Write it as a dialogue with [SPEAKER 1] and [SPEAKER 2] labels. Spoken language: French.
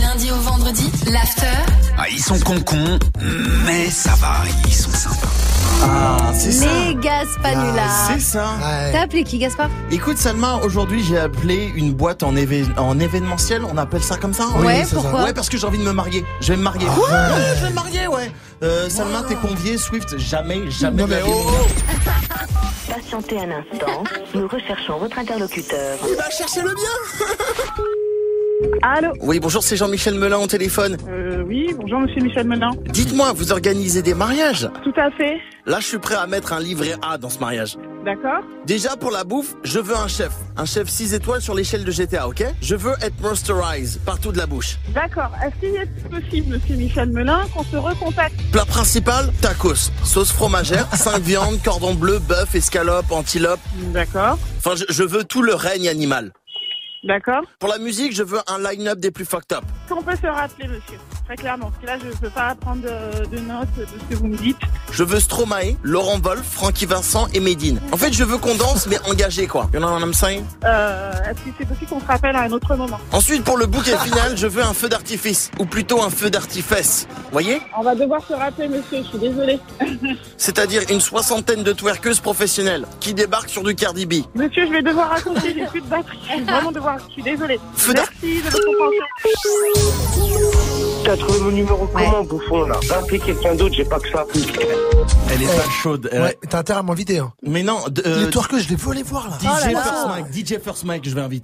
[SPEAKER 1] lundi au vendredi, l'after.
[SPEAKER 2] Ah, ils sont concons, mais ça va, ils sont sympas.
[SPEAKER 3] Ah, c'est ça.
[SPEAKER 4] Les Gaspanulas.
[SPEAKER 3] C'est ça.
[SPEAKER 4] T'as appelé qui, Gaspard
[SPEAKER 3] Écoute, Salma, aujourd'hui, j'ai appelé une boîte en, éve- en événementiel. On appelle ça comme ça hein
[SPEAKER 4] Ouais, c'est ça. pourquoi
[SPEAKER 3] Ouais, parce que j'ai envie de me marier. Je vais me marier. Ouais, je vais me marier, ouais. Euh, Salma, t'es convié, Swift, jamais, jamais. de la vie.
[SPEAKER 5] Patientez un instant, nous recherchons votre interlocuteur.
[SPEAKER 3] Il va chercher le bien.
[SPEAKER 6] Allô
[SPEAKER 3] Oui, bonjour, c'est Jean-Michel Melin au téléphone.
[SPEAKER 6] Euh, Oui, bonjour Monsieur Michel Menin.
[SPEAKER 3] Dites-moi, vous organisez des mariages
[SPEAKER 6] Tout à fait.
[SPEAKER 3] Là, je suis prêt à mettre un livret A dans ce mariage.
[SPEAKER 6] D'accord
[SPEAKER 3] Déjà pour la bouffe, je veux un chef. Un chef 6 étoiles sur l'échelle de GTA, ok Je veux être monsterized partout de la bouche.
[SPEAKER 6] D'accord. Est-ce qu'il est possible, Monsieur Michel Melin, qu'on se recontacte
[SPEAKER 3] Plat principal, tacos. Sauce fromagère, 5 viandes, cordon bleu, bœuf, escalope, antilope.
[SPEAKER 6] D'accord.
[SPEAKER 3] Enfin, je, je veux tout le règne animal.
[SPEAKER 6] D'accord.
[SPEAKER 3] Pour la musique, je veux un line-up des plus fucked up.
[SPEAKER 6] Qu'on peut se rappeler, monsieur Très clairement. Parce que là, je ne peux pas prendre de, de notes de ce que vous me dites.
[SPEAKER 3] Je veux Stromae, Laurent Wolf, Francky Vincent et Medine. En fait, je veux qu'on danse, mais engagé, quoi. You know what I'm saying
[SPEAKER 6] Euh, Est-ce que c'est possible qu'on se rappelle à un autre moment
[SPEAKER 3] Ensuite, pour le bouquet final, je veux un feu d'artifice. Ou plutôt un feu d'artifice. Voyez
[SPEAKER 6] On va devoir se rappeler, monsieur. Je suis désolée.
[SPEAKER 3] C'est-à-dire une soixantaine de twerkeuses professionnelles qui débarquent sur du Cardi B.
[SPEAKER 6] Monsieur, je vais devoir raconter. J'ai plus de batterie. Je vais vraiment devoir. Je suis désolée.
[SPEAKER 3] Feu d'art-
[SPEAKER 6] Merci de votre compréhension.
[SPEAKER 7] T'as trouvé mon numéro
[SPEAKER 4] Ouais.
[SPEAKER 7] comment, bouffon, là Va appeler quelqu'un d'autre, j'ai pas que ça.
[SPEAKER 3] Elle est
[SPEAKER 8] Ouais.
[SPEAKER 3] pas chaude. elle-
[SPEAKER 8] Ouais, t'as intérêt à m'inviter. Hein.
[SPEAKER 3] Mais non, de- euh,
[SPEAKER 8] Les tours que je les veux aller voir Oh là.
[SPEAKER 3] DJ First Mike, DJ First Mike, je vais inviter.